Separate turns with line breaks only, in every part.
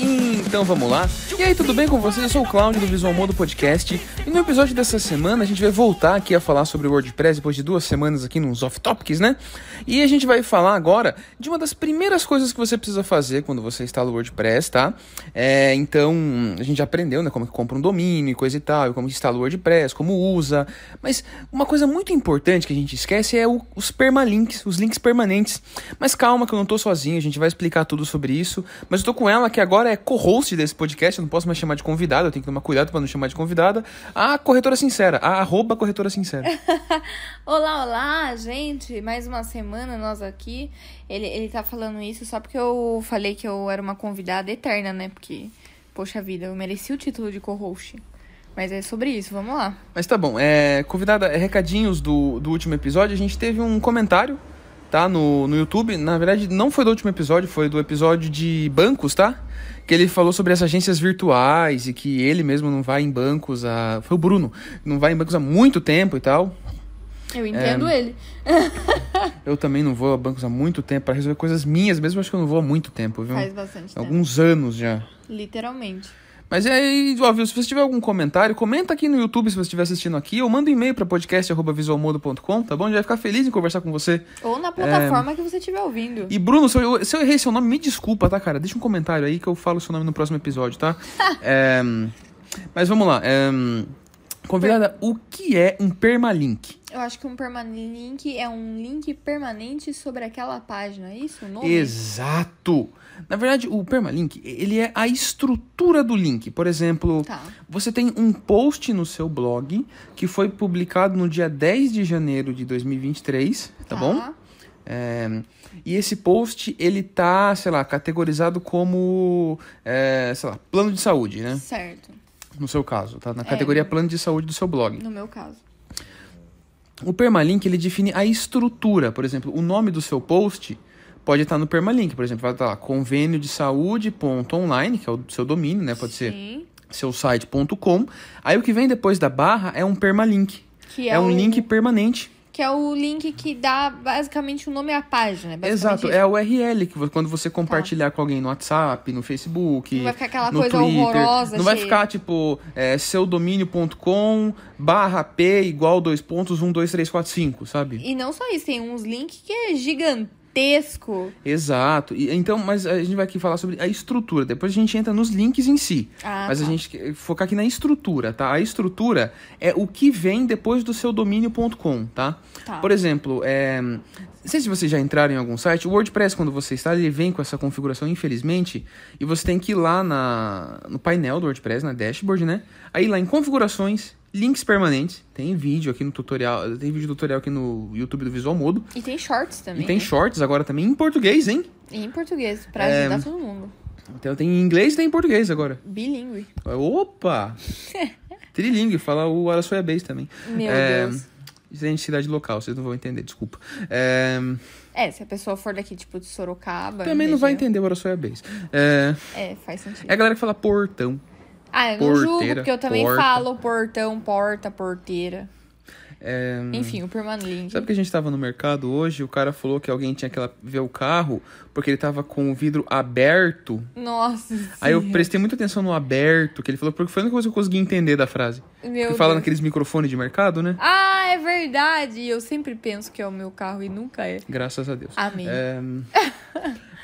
Então vamos lá. E aí, tudo bem com vocês? Eu sou o Cláudio do Visual Modo Podcast. E no episódio dessa semana a gente vai voltar aqui a falar sobre o WordPress depois de duas semanas aqui nos off topics, né? E a gente vai falar agora de uma das primeiras coisas que você precisa fazer quando você instala o WordPress, tá? É, então, a gente já aprendeu, né, como que compra um domínio e coisa e tal, e como que instala o WordPress, como usa. Mas uma coisa muito importante que a gente esquece é o- os permalinks, os links permanentes. Mas calma que eu não tô sozinho, a gente vai explicar tudo sobre isso. Mas eu tô com ela, que agora é co-host desse podcast, eu não posso mais chamar de convidada, eu tenho que tomar cuidado pra não chamar de convidada. A corretora sincera, a arroba corretora sincera.
Olá, olá, gente! Mais uma semana nós aqui. Ele, ele tá falando isso só porque eu falei que eu era uma convidada eterna, né? Porque, poxa vida, eu mereci o título de co-host. Mas é sobre isso, vamos lá.
Mas tá bom, é, convidada, é, recadinhos do, do último episódio, a gente teve um comentário, tá, no, no YouTube, na verdade não foi do último episódio, foi do episódio de bancos, tá? Que ele falou sobre as agências virtuais e que ele mesmo não vai em bancos há... Foi o Bruno, não vai em bancos há muito tempo e tal.
Eu entendo
É,
ele.
Eu também não vou a bancos há muito tempo para resolver coisas minhas mesmo, acho que eu não vou há muito tempo, viu?
Faz bastante tempo.
Alguns anos já.
Literalmente.
Mas e aí, ó, viu, se você tiver algum comentário, comenta aqui no YouTube se você estiver assistindo aqui, ou manda um e-mail para podcast.visualmodo.com, tá bom? A gente vai ficar feliz em conversar com você.
Ou na plataforma que você estiver ouvindo.
É. E Bruno, se eu, se eu errei seu nome, me desculpa, tá, cara? Deixa um comentário aí que eu falo seu nome no próximo episódio, tá? É, mas vamos lá. é, convidada, o que é um permalink?
Eu acho que um permanente é um link permanente sobre aquela página, é isso? O nome?
Exato! Na verdade, o permalink, ele é a estrutura do link. Por exemplo,
Tá.
Você tem um post no seu blog que foi publicado no dia 10 de janeiro de 2023, tá, bom? É, e esse post, ele tá, sei lá, categorizado como, é, sei lá, plano de saúde, né?
Certo,
No seu caso, tá? Na categoria plano de saúde do seu blog.
no meu caso.
O permalink, ele define a estrutura. Por exemplo, o nome do seu post pode estar no permalink. Por exemplo, vai estar lá, convênio de saúde.online, que é o seu domínio, né? Pode ser
Sim.
seu site.com. Aí o que vem depois da barra é um permalink.
Que
É, um
o-
link permanente.
Que é o link que dá basicamente o nome à página. basicamente
Exato,
isso. Tá.
é a URL que vo- quando você compartilhar com alguém no WhatsApp, no Facebook,
Não vai ficar aquela
no
coisa
Twitter,
horrorosa,
não vai
cheia.
ficar tipo é, seudomínio.com barra p igual dois pontos um dois três quatro cinco, sabe?
E não só isso, tem uns links que é gigantesco.
Exato. E, então, mas a gente vai aqui falar sobre a estrutura. Depois a gente entra nos links em si.
Ah,
Mas a
tá.
gente quer focar aqui na estrutura, tá? A estrutura é o que vem depois do seu domínio.com, tá?
Tá.
Por exemplo, é... não sei se vocês já entraram em algum site, o WordPress, quando você está, ele vem com essa configuração, infelizmente, e você tem que ir lá na... no painel do WordPress, na dashboard, né? Aí lá em configurações, links permanentes, tem vídeo aqui no tutorial, tem vídeo tutorial aqui no YouTube do Visual Modo,
E tem shorts também.
e tem
né?
shorts agora também em português, hein?
E em português, pra
É.
ajudar todo mundo.
Então tem em inglês e tem em português agora.
Bilingue.
Opa! Trilingue, fala o Araçoia Base também.
Meu
É,
Deus.
Gente, cidade local, vocês não vão entender, desculpa. É,
É, se a pessoa for daqui, tipo, de Sorocaba.
também não vai
região-
entender o Araçoia Base. É,
É, faz sentido.
é a galera que fala portão.
Ah, eu não julgo,
porteira,
porque eu também
porta.
falo portão, porta, porteira.
É,
Enfim, o permanente.
Sabe que a gente tava no mercado hoje, o cara falou que alguém tinha que ir lá ver o carro porque ele tava com o vidro aberto.
Nossa.
Aí eu
senhora.
prestei muita atenção no aberto que ele falou, porque foi a única coisa que eu consegui entender da frase.
Meu
que fala
Deus.
naqueles microfones de mercado, né?
Ah, é verdade. Eu sempre penso que é o meu carro e nunca é.
Graças a Deus.
Amém.
É,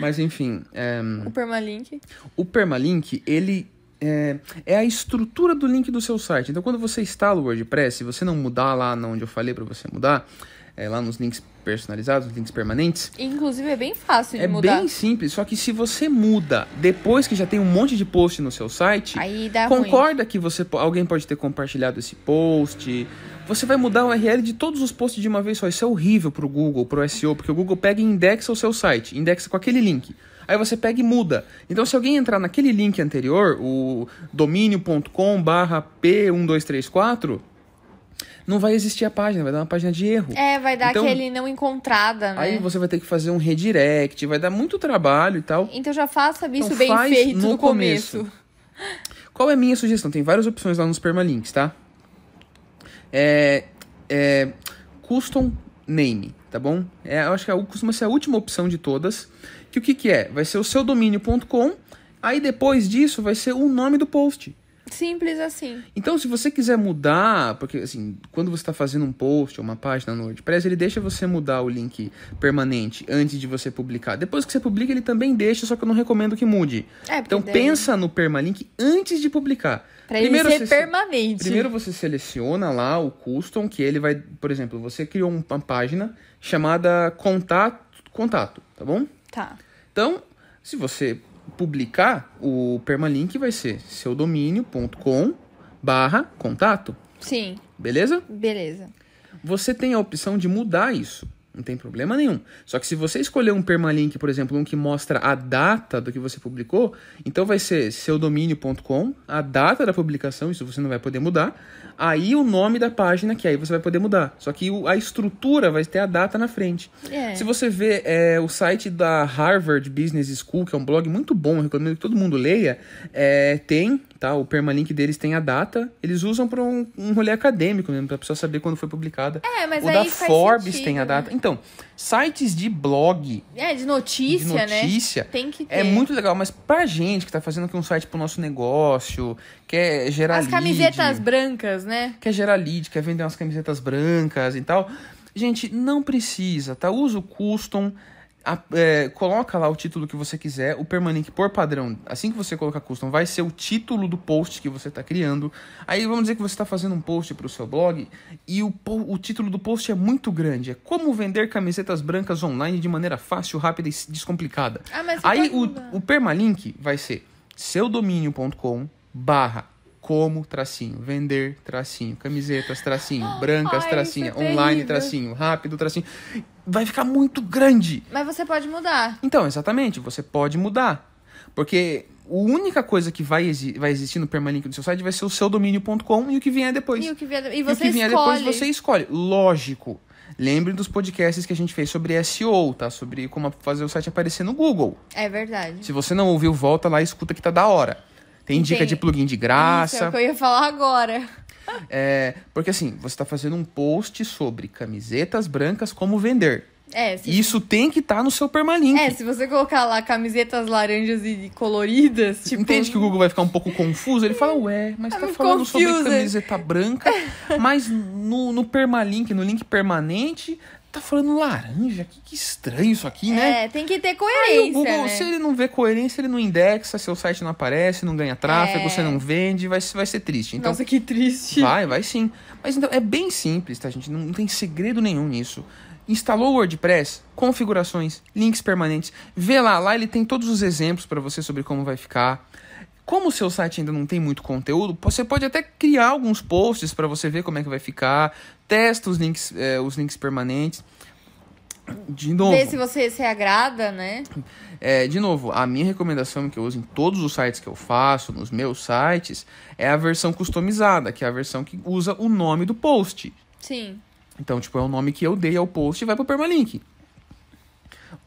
Mas enfim, é,
O permalink.
o permalink, ele é, é a estrutura do link do seu site. Então, quando você instala o WordPress, se você não mudar lá na onde eu falei pra você mudar, é, lá nos links personalizados, nos links permanentes,
Inclusive, é bem fácil de
é
mudar.
bem simples. Só que se você muda depois que já tem um monte de post no seu site,
Aí dá ruim.
concorda que você po- alguém pode ter compartilhado esse post. Você vai mudar o URL de todos os posts de uma vez só. Isso é horrível pro Google, pro SEO, porque o Google pega e indexa o seu site, indexa com aquele link. Aí você pega e muda. Então, se alguém entrar naquele link anterior, o domínio.com barra P1234, não vai existir a página, vai dar uma página de erro.
É, vai dar
Então-
aquele não encontrada, né?
Aí você vai ter que fazer um redirect, vai dar muito trabalho e tal.
Então já faça isso
Então
bem
faz
feito
no
no começo.
Qual é a minha sugestão? Tem várias opções lá nos permalinks, tá? É, é custom name, tá bom? É, eu acho que é, o- costuma ser a última opção de todas. Que o que que é? Vai ser o seu domínio.com Aí depois disso vai ser o nome do post.
Simples assim.
Então, se você quiser mudar, porque assim, quando você está fazendo um post ou uma página no WordPress, ele deixa você mudar o link permanente antes de você publicar. Depois que você publica, ele também deixa, só que eu não recomendo que mude.
É, porque
Então,
daí-
pensa no permalink antes de publicar.
Pra ele
primeiro
ser
você-
permanente.
Primeiro você seleciona lá o custom, que ele vai, por exemplo, você criou um, uma página chamada contato, contato, tá bom?
Tá.
Então, se você publicar, o permalink vai ser seudomínio.com barra contato,
Sim,
beleza?
beleza.
Você tem a opção de mudar isso. Não tem problema nenhum. Só que se você escolher um permalink, por exemplo, um que mostra a data do que você publicou, então vai ser seudomínio.com, a data da publicação, isso você não vai poder mudar. Aí o nome da página, que aí você vai poder mudar. Só que o- a estrutura vai ter a data na frente.
É.
Se você vê é, o site da Harvard Business School, que é um blog muito bom, eu recomendo que todo mundo leia, é, tem, tá? O permalink deles tem a data. Eles usam para um, um rolê acadêmico mesmo, pra pessoa saber quando foi publicada.
É, mas
o
aí
da
faz
Forbes
sentido,
tem a
né?
data. Então, sites de blog,
É, de
de
notícia,
notícia,
né? Tem que ter.
é muito legal, mas pra gente que tá fazendo aqui um site pro nosso negócio, quer gerar
As
lead,
camisetas brancas, né?
quer gerar lead, quer vender umas camisetas brancas e tal. Gente, não precisa, tá? Usa o custom, a- é, coloca lá o título que você quiser. O permanente, por padrão, assim que você colocar custom, vai ser o título do post que você está criando. Aí vamos dizer que você está fazendo um post para o seu blog e o, po- o título do post é muito grande. É como vender camisetas brancas online de maneira fácil, rápida e s- descomplicada.
Ah, mas você
Aí
pode mudar.
o, o permalink vai ser seudomínio.com barra como tracinho, vender tracinho, camisetas tracinho, brancas
Ai,
tracinho,
isso é
online
terrível.
tracinho, rápido tracinho. Vai ficar muito grande.
Mas você pode mudar.
Então, exatamente, você pode mudar. Porque a única coisa que vai, exi- vai existir no permalink do seu site vai ser o seudomínio.com e o que vier depois.
E o que vier, e
E o
você
que vier
escolhe.
depois você escolhe. Lógico. Lembre dos podcasts que a gente fez sobre SEO, tá? Sobre como fazer o site aparecer no Google.
É verdade.
Se você não ouviu, volta lá e escuta que tá da hora. Tem
E
dica
tem-
de plugin de
Isso é o
graça.
que eu ia falar agora.
é, porque assim, você tá fazendo um post sobre camisetas brancas, como vender.
É, se,
Isso tem que estar no seu permalink.
é, se você colocar lá camisetas laranjas e coloridas, tipo. É
Entende que o Google vai ficar um pouco confuso? Ele fala, ué, mas
I'm
tá falando sobre
confused."
camiseta branca, mas no, no permalink, no link permanente, tá falando laranja. Que, que estranho isso aqui, né?
É, tem que ter
E o
coerência,
Google,
né?
se ele não vê coerência, ele não indexa, seu site não aparece, não ganha tráfego,
É.
você não vende, vai, vai ser triste. Então,
Nossa, que triste.
Vai, vai sim. Mas então é bem simples, tá, gente? Não, não tem segredo nenhum nisso. Instalou o WordPress, configurações, links permanentes. Vê lá, lá ele tem todos os exemplos para você sobre como vai ficar. Como o seu site ainda não tem muito conteúdo, você pode até criar alguns posts para você ver como é que vai ficar. Testa os links, eh, os links permanentes. De novo.
Ver se você se agrada, né?
É, de novo, a minha recomendação que eu uso em todos os sites que eu faço, nos meus sites, é a versão customizada, que é a versão que usa o nome do post.
Sim.
Então, tipo, é o nome que eu dei ao post e vai pro permalink.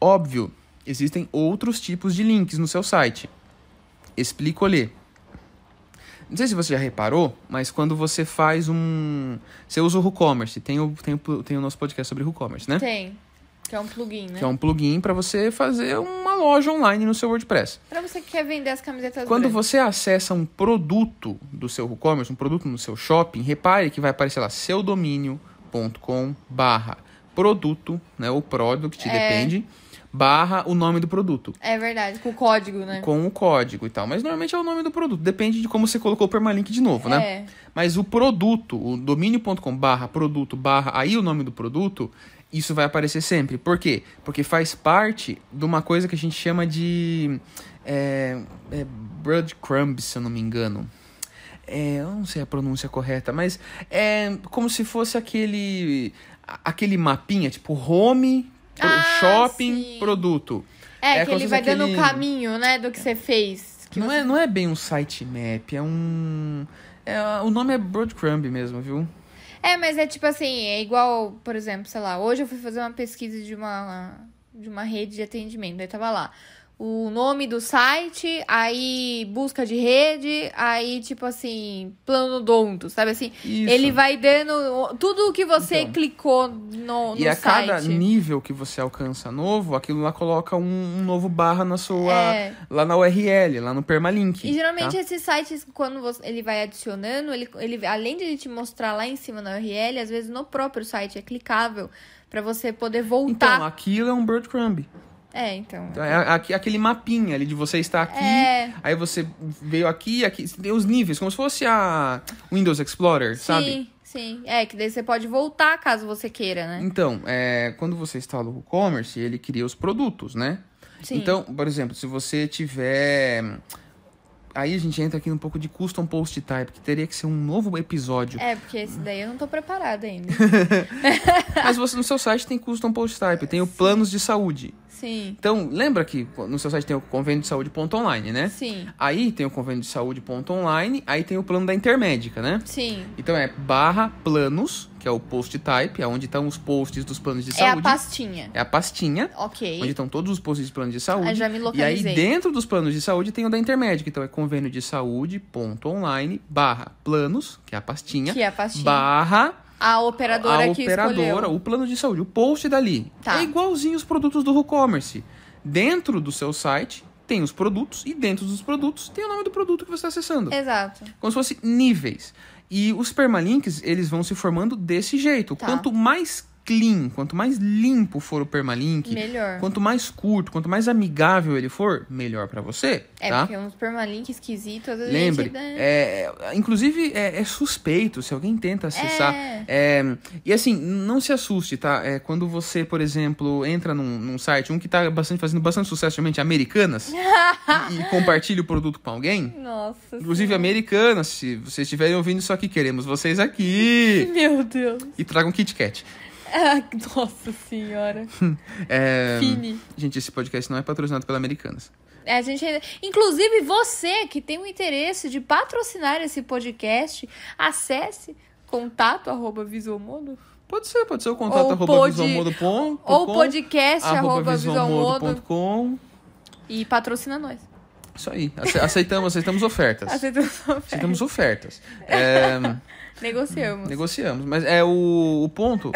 Óbvio, existem outros tipos de links no seu site. Explico ali. Não sei se você já reparou, mas quando você faz um. Você usa o WooCommerce, tem o, tem o, tem o nosso podcast sobre WooCommerce, né?
Tem. Que é um plugin, né?
Que é um plugin para você fazer uma loja online no seu WordPress.
Pra você que quer vender as camisetas
Quando
brancas.
você acessa um produto do seu WooCommerce, um produto no seu shopping, repare que vai aparecer lá seudomínio.com barra produto, né? O product,
É.
depende, barra o nome do produto.
É verdade, com o código, né?
Com o código e tal. Mas normalmente é o nome do produto. Depende de como você colocou o permalink de novo, né?
É.
Mas o produto, o domínio.com barra produto barra aí o nome do produto, isso vai aparecer sempre. Por quê? Porque faz parte de uma coisa que a gente chama de é, é breadcrumbs, se eu não me engano. É, eu não sei a pronúncia correta, mas é como se fosse aquele a- aquele mapinha, tipo home, pro-
Ah,
shopping,
sim.
produto. É
É, que
como
ele
se
vai dando o
aquele-
caminho, né, do que você fez. Que
Não é, não é bem um sitemap, é um... é, o nome é breadcrumb mesmo, viu?
É, mas é tipo assim, é igual, por exemplo, sei lá, hoje eu fui fazer uma pesquisa de uma, de uma rede de atendimento, aí tava lá. o nome do site, aí busca de rede, aí tipo assim, plano donto, sabe assim?
Isso.
Ele vai dando o- tudo o que você
Então.
clicou no, no
E a
site.
cada nível que você alcança novo, aquilo lá coloca um, um novo barra na sua.
É.
lá na URL, lá no permalink.
E geralmente
tá?
esses sites, quando você- ele vai adicionando, ele, ele, além de ele te mostrar lá em cima na URL, às vezes no próprio site é clicável pra você poder voltar.
Então, aquilo é um breadcrumb.
É, então.
Então, é a- aqui- aquele mapinha ali de você estar aqui,
É.
aí você veio aqui, aqui. Tem os níveis, como se fosse a Windows Explorer, sabe?
É, Sim, sim. É, que daí você pode voltar caso você queira, né?
Então, é, quando você instala o e-commerce, ele cria os produtos, né?
Sim.
Então, por exemplo, se você tiver. Aí a gente entra aqui num pouco de custom post type, que teria que ser um novo episódio.
É, porque esse daí eu não tô preparada ainda.
Mas você no seu site tem custom post type, tem o planos de saúde.
Sim,
Então, lembra que no seu site tem o convênio de saúde.online, né?
sim,
Aí tem o convênio de saúde.online, aí tem o plano da intermédica, né?
sim.
Então é barra planos, que é o post type, é onde estão os posts dos planos de
É a
saúde.
pastinha.
É a pastinha, onde
Ok.
estão todos os posts de planos de saúde.
Ah, já me
E aí,
localizei.
dentro dos planos de saúde, tem o da intermédica. Então, é convênio de saúde, ponto online, barra planos, que é a pastinha,
Que é a pastinha.
barra
A operadora
a
que
operadora,
escolheu.
o plano de saúde, o post dali.
Tá.
É igualzinho os produtos do WooCommerce. Dentro do seu site, tem os produtos, e dentro dos produtos, tem o nome do produto que você está acessando.
Exato.
Como se fosse níveis. E os permalinks, eles vão se formando desse jeito.
Tá.
Quanto mais clean, quanto mais limpo for o permalink,
Melhor.
Quanto mais curto, quanto mais amigável ele for, melhor pra você,
É,
tá?
porque é uns permalink esquisito, às vezes a
Lembre,
gente... né?
é, é, inclusive é, é suspeito se alguém tenta acessar.
É.
É, e assim, não se assuste, tá? É, quando você, por exemplo, entra num, num site, um que tá bastante, fazendo bastante sucesso realmente, Americanas, e, e compartilha o produto com alguém.
Nossa
Inclusive,
Senhora.
Americanas, se vocês estiverem ouvindo isso aqui, queremos vocês aqui.
Meu Deus.
E tragam Kit Kat.
Ah, Nossa senhora.
É,
Fini.
gente, esse podcast não é patrocinado pela Americanas.
É, A gente ainda... Inclusive, você que tem o interesse de patrocinar esse podcast, acesse contato arroba visualmodo
Pode ser, pode ser o contato
Ou
arroba
pod-
visualmodo.com
ou
com,
podcast
arroba
arroba visualmodo
visualmodo.com.
e patrocina nós.
Isso aí. Ace- Aceitamos, aceitamos ofertas.
Aceitamos oferta.
Aceitamos ofertas. É,
Negociamos.
negociamos. Mas é o, o ponto.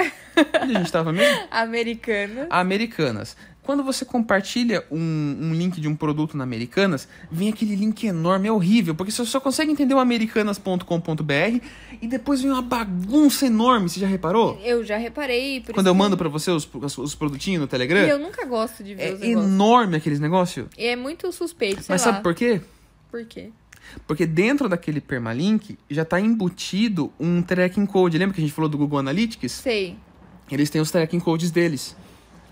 Onde a gente tava mesmo?
Americana.
Americanas. Quando você compartilha um, um link de um produto na Americanas, vem aquele link enorme, é horrível, porque você só consegue entender o americanas.com.br e depois vem uma bagunça enorme, você já reparou?
Eu já reparei. Por
Quando
isso
eu
que-
mando pra você os, os- os produtinhos no
E
Telegram,
eu nunca gosto de ver
é
os negócios.
enorme aqueles negócios.
E é muito suspeito, sei
Mas
lá.
sabe por quê?
por quê?
Porque dentro daquele permalink já tá embutido um tracking code. Lembra que a gente falou do Google Analytics?
Sei.
Eles têm os tracking codes deles.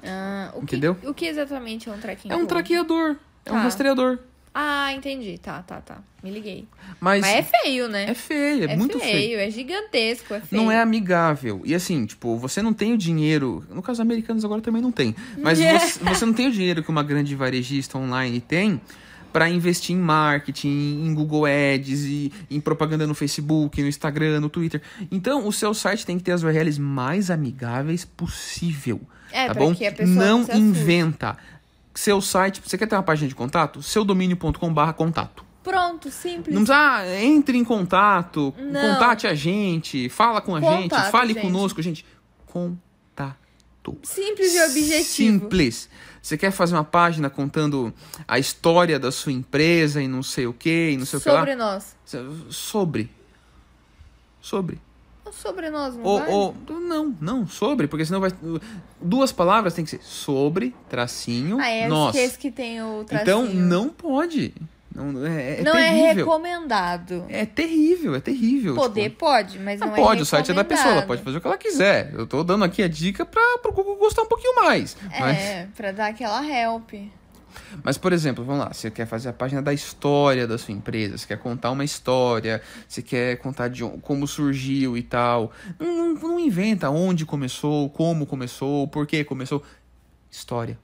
Ah, o
Entendeu?
Que, o que exatamente é um tracking
É um
code?
traqueador, é um
Tá.
rastreador.
Ah, entendi. Tá, tá, tá. Me liguei.
Mas,
Mas é feio, né?
é feio, é, muito feio.
é gigantesco, é feio.
Não é amigável. E assim, tipo, você não tem o dinheiro. No caso, americanos agora também não tem. Mas
Yeah.
você, você não tem o dinheiro que uma grande varejista online tem pra investir em marketing, em Google Ads, e em propaganda no Facebook, no Instagram, no Twitter. Então, o seu site tem que ter as URLs mais amigáveis possível.
É,
tá
pra
bom?
que a pessoa
não
não se assuste.
inventa. Seu site, você quer ter uma página de contato? Seudomínio.com/barra contato.
Pronto, simples.
Não precisa, ah, entre em contato,
Não.
contate a gente, fala com a gente,
Contato,
fale
gente.
conosco, gente. Contato.
Simples e objetivo.
Simples. Você quer fazer uma página contando a história da sua empresa e não sei o que, e não sei o que
Sobre nós.
lá? Sobre. Sobre.
Sobre nós, não
Ou,
vale?
ou- não, não, sobre, porque senão vai. Duas palavras tem que ser sobre, tracinho,
Ah, é,
nós.
esquece que tem o tracinho.
Então, não pode. Não é, é
Não é
terrível.
recomendado.
É, terrível, é terrível.
Poder
tipo.
pode, mas
Ah,
não, é
pode, o site é da pessoa, ela
recomendado.
pode fazer o que ela quiser. Eu tô dando aqui a dica pra, pro Google gostar um pouquinho mais. Mas,
É, pra dar aquela help.
mas, por exemplo, vamos lá, você quer fazer a página da história da sua empresa, você quer contar uma história, você quer contar de on- como surgiu e tal. Não, não- não inventa onde começou, como começou, por que começou. História.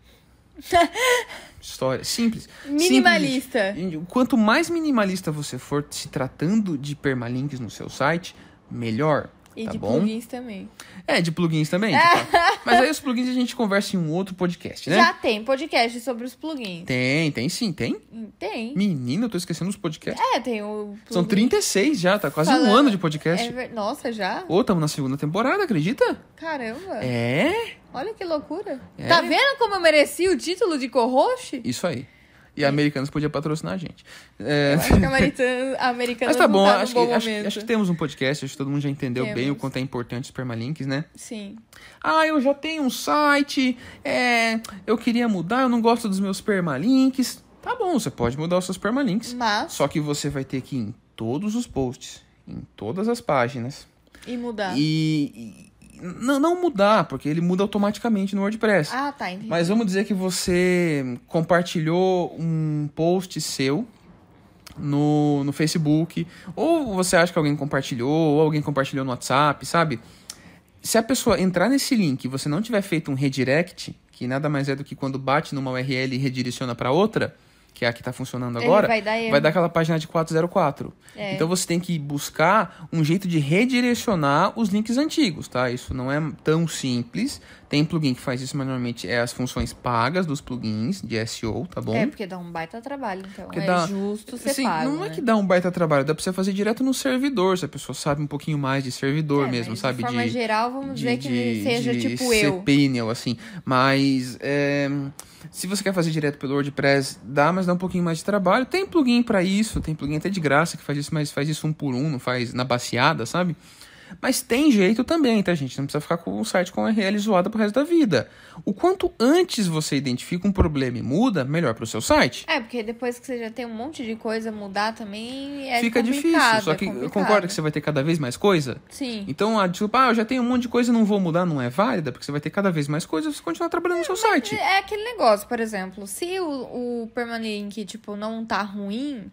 história. Simples. Simples.
Minimalista.
Quanto mais minimalista você for se tratando de permalinks no seu site, melhor.
E
tá
de
bom?
plugins também.
É, de plugins também. tipo, mas aí os plugins a gente conversa em um outro podcast, né?
Já tem podcast sobre os plugins.
Tem, tem sim, tem.
Tem.
Menino, eu tô esquecendo os podcasts.
É, tem o.
São
plugin-
36 já, tá quase um
Falando-
ano de
É
podcast.
ver- Nossa, já?
Ô, tamo na segunda temporada, acredita?
Caramba.
É,
Olha que loucura.
É.
Tá vendo como eu mereci o título de co-host?
isso aí. E a Americanas podia patrocinar a gente. É,
Eu Acho que a americana, a americana
Mas tá
não
bom,
tá
acho,
num bom
que, acho,
momento.
acho que temos um podcast, acho que todo mundo já entendeu bem o
Temos.
quanto é importante os permalinks, né?
Sim.
Ah, eu já tenho um site, é, eu queria mudar, eu não gosto dos meus permalinks. Tá bom, você pode mudar os seus permalinks.
Mas.
Só que você vai ter que ir em todos os posts, em todas as páginas.
E mudar.
E, e não, não mudar, porque ele muda automaticamente no WordPress.
Ah, tá. Entendi.
Mas vamos dizer que você compartilhou um post seu no, no Facebook, ou você acha que alguém compartilhou, ou alguém compartilhou no WhatsApp, sabe? Se a pessoa entrar nesse link e você não tiver feito um redirect, que nada mais é do que quando bate numa URL e redireciona para outra, que é a que está funcionando
Ele
agora,
vai dar erro.
dar aquela página de 404.
É.
Então você tem que buscar um jeito de redirecionar os links antigos, tá? Isso não é tão simples. Tem plugin que faz isso, mas normalmente é as funções pagas dos plugins de SEO, tá bom?
É, porque dá um baita trabalho, então.
Porque
é
dá-
justo ser
Assim,
pago,
não é
né?
que dá um baita trabalho, dá pra você fazer direto no servidor, se a pessoa sabe um pouquinho mais de servidor
É,
mesmo,
mas
sabe?
De forma geral, vamos dizer que seja
de
tipo
ser
eu.
Peniel, assim. Mas é, se você quer fazer direto pelo WordPress, dá, mas dá um pouquinho mais de trabalho. Tem plugin pra isso, tem plugin até de graça que faz isso, mas faz isso um por um, não faz na baciada, sabe? Mas tem jeito também, tá, gente? Não precisa ficar com o site com a URL zoada pro resto da vida. O quanto antes você identifica um problema e muda, melhor pro seu site.
É, porque depois que você já tem um monte de coisa, mudar também é
Fica difícil,
complicado,
só
é
que eu
complicado.
concordo que você vai ter cada vez mais coisa.
Sim.
Então a desculpa, ah, eu já tenho um monte de coisa e não vou mudar, não é válida, porque você vai ter cada vez mais coisa se você continuar trabalhando no seu site.
É aquele negócio, por exemplo, se o, o permalink, tipo, não tá ruim,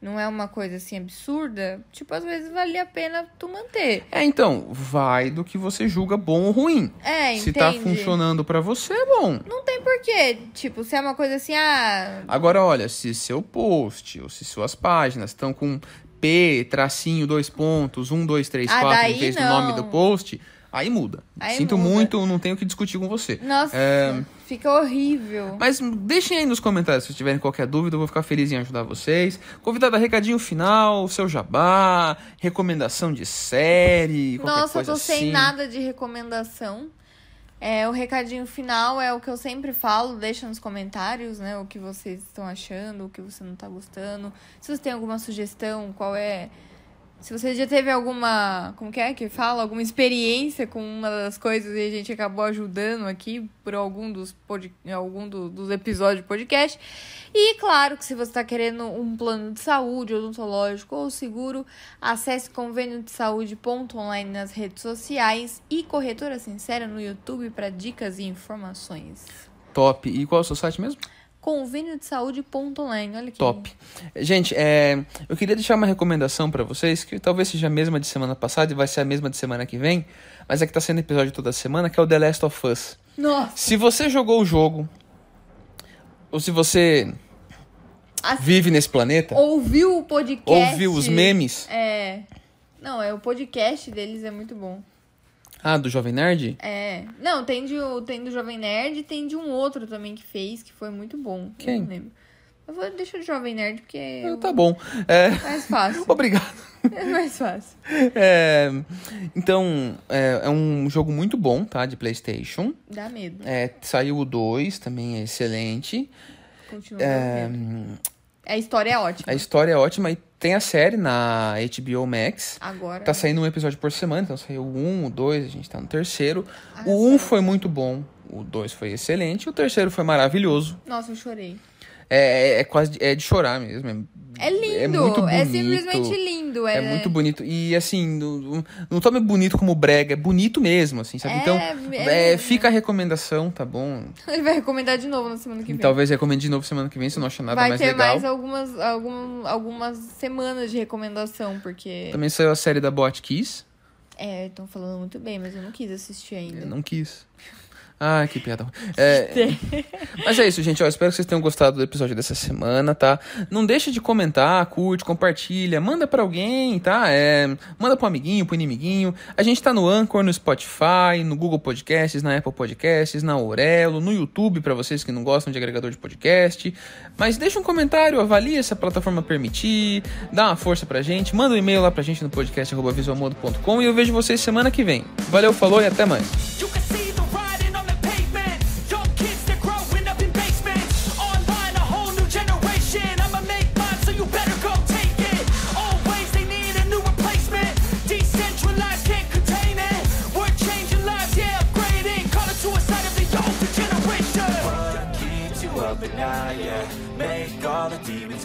não é uma coisa assim absurda, tipo, às vezes vale a pena tu manter.
É, então, vai do que você julga bom ou ruim.
É,
Se tá
entende?
funcionando pra você, é bom.
Porque, tipo, se é uma coisa assim, ah,
Agora, olha, se seu post ou se suas páginas estão com P, tracinho, dois pontos, um, dois, três,
Ah,
quatro, em
daí
vez do
não.
nome do post, aí muda.
Aí
Sinto
muda.
muito, não tenho o que discutir com você.
nossa,
É.
fica horrível.
Mas deixem aí nos comentários se tiverem qualquer dúvida, eu vou ficar feliz em ajudar vocês. Convidada, recadinho final, seu jabá, recomendação de série, qualquer
Nossa, eu
coisa
tô sem
assim.
nada de recomendação. É, o recadinho final é o que eu sempre falo, deixa nos comentários, né, o que vocês estão achando, o que você não tá gostando. Se você tem alguma sugestão, qual é se você já teve alguma, como que é que fala, alguma experiência com uma das coisas e a gente acabou ajudando aqui por algum dos pod... algum do- dos episódios do podcast. E claro que se você está querendo um plano de saúde, odontológico ou seguro, acesse convênio de saúde.online nas redes sociais e corretora sincera no YouTube para dicas e informações.
Top. E qual é o seu site mesmo?
Convênio de saúde.online, olha que
Top. Gente, é, eu queria deixar uma recomendação pra vocês, que talvez seja a mesma de semana passada e vai ser a mesma de semana que vem, mas é que tá sendo episódio toda semana, que é o The Last of Us.
Nossa,
Se você jogou o jogo, ou se você
Assim-
vive nesse planeta,
ouviu o podcast?
Tá. ouviu os memes,
É. Não, é o podcast deles é muito bom.
ah, do Jovem Nerd,
É. Não, tem, de, o- tem do Jovem Nerd e tem de um outro também que fez, que foi muito bom.
Quem?
Eu não lembro. Eu vou deixar o Jovem Nerd porque
Ah,
é
Tá bom. É,
mais fácil.
obrigado.
É mais fácil.
É, então, é, é um jogo muito bom, tá? De PlayStation.
Dá medo. né?
É, saiu o 2, também é excelente.
Continua
É,
jogando.
hum,
A história é ótima.
A história é ótima e tem a série na HBO Max.
Agora.
Tá saindo um episódio por semana, então saiu o 1, o 2, a gente tá no terceiro.
Ah,
O 1
sério.
foi muito bom, o 2 foi excelente, o terceiro foi maravilhoso.
Nossa, eu chorei.
É, é, é quase de, é de chorar mesmo. É,
É lindo.
É muito bonito.
simplesmente lindo. É,
É muito bonito. E assim, não- não, não tome bonito como brega, é bonito mesmo, assim, sabe?
É,
então,
é
é,
mesmo.
fica a recomendação, tá bom?
Ele vai recomendar de novo na semana que
E
vem.
talvez recomende de novo semana que vem, se eu não achar Então, nada
vai
mais
ter
legal.
mais algumas, algum, algumas semanas de recomendação, porque.
Também saiu a série da Bot Kiss.
É, estão falando muito bem, mas eu não quis assistir ainda.
Eu não quis. Ah, que piada. ruim. É, mas é isso, gente. Ó, espero que vocês tenham gostado do episódio dessa semana, tá? Não deixa de comentar, curte, compartilha, manda pra alguém, tá? É, manda pro amiguinho, pro inimiguinho. A gente tá no Anchor, no Spotify, no Google Podcasts, na Apple Podcasts, na Aurelo, no YouTube, pra vocês que não gostam de agregador de podcast. Mas deixa um comentário, avalia se a plataforma permitir, dá uma força pra gente, manda um e-mail lá pra gente no podcast.visualmodo.com e eu vejo vocês semana que vem. Valeu, falou e até mais.
You can see the writing on the pavement. Young kids, they're growing up in basements. Online, a whole new generation. I'ma make mine, so you better go take it. Always, they need a new replacement. Decentralized, can't contain it. We're changing lives, yeah, upgrading. Call it suicide of the older generation.
What keeps you up at night, yeah? Make all the demons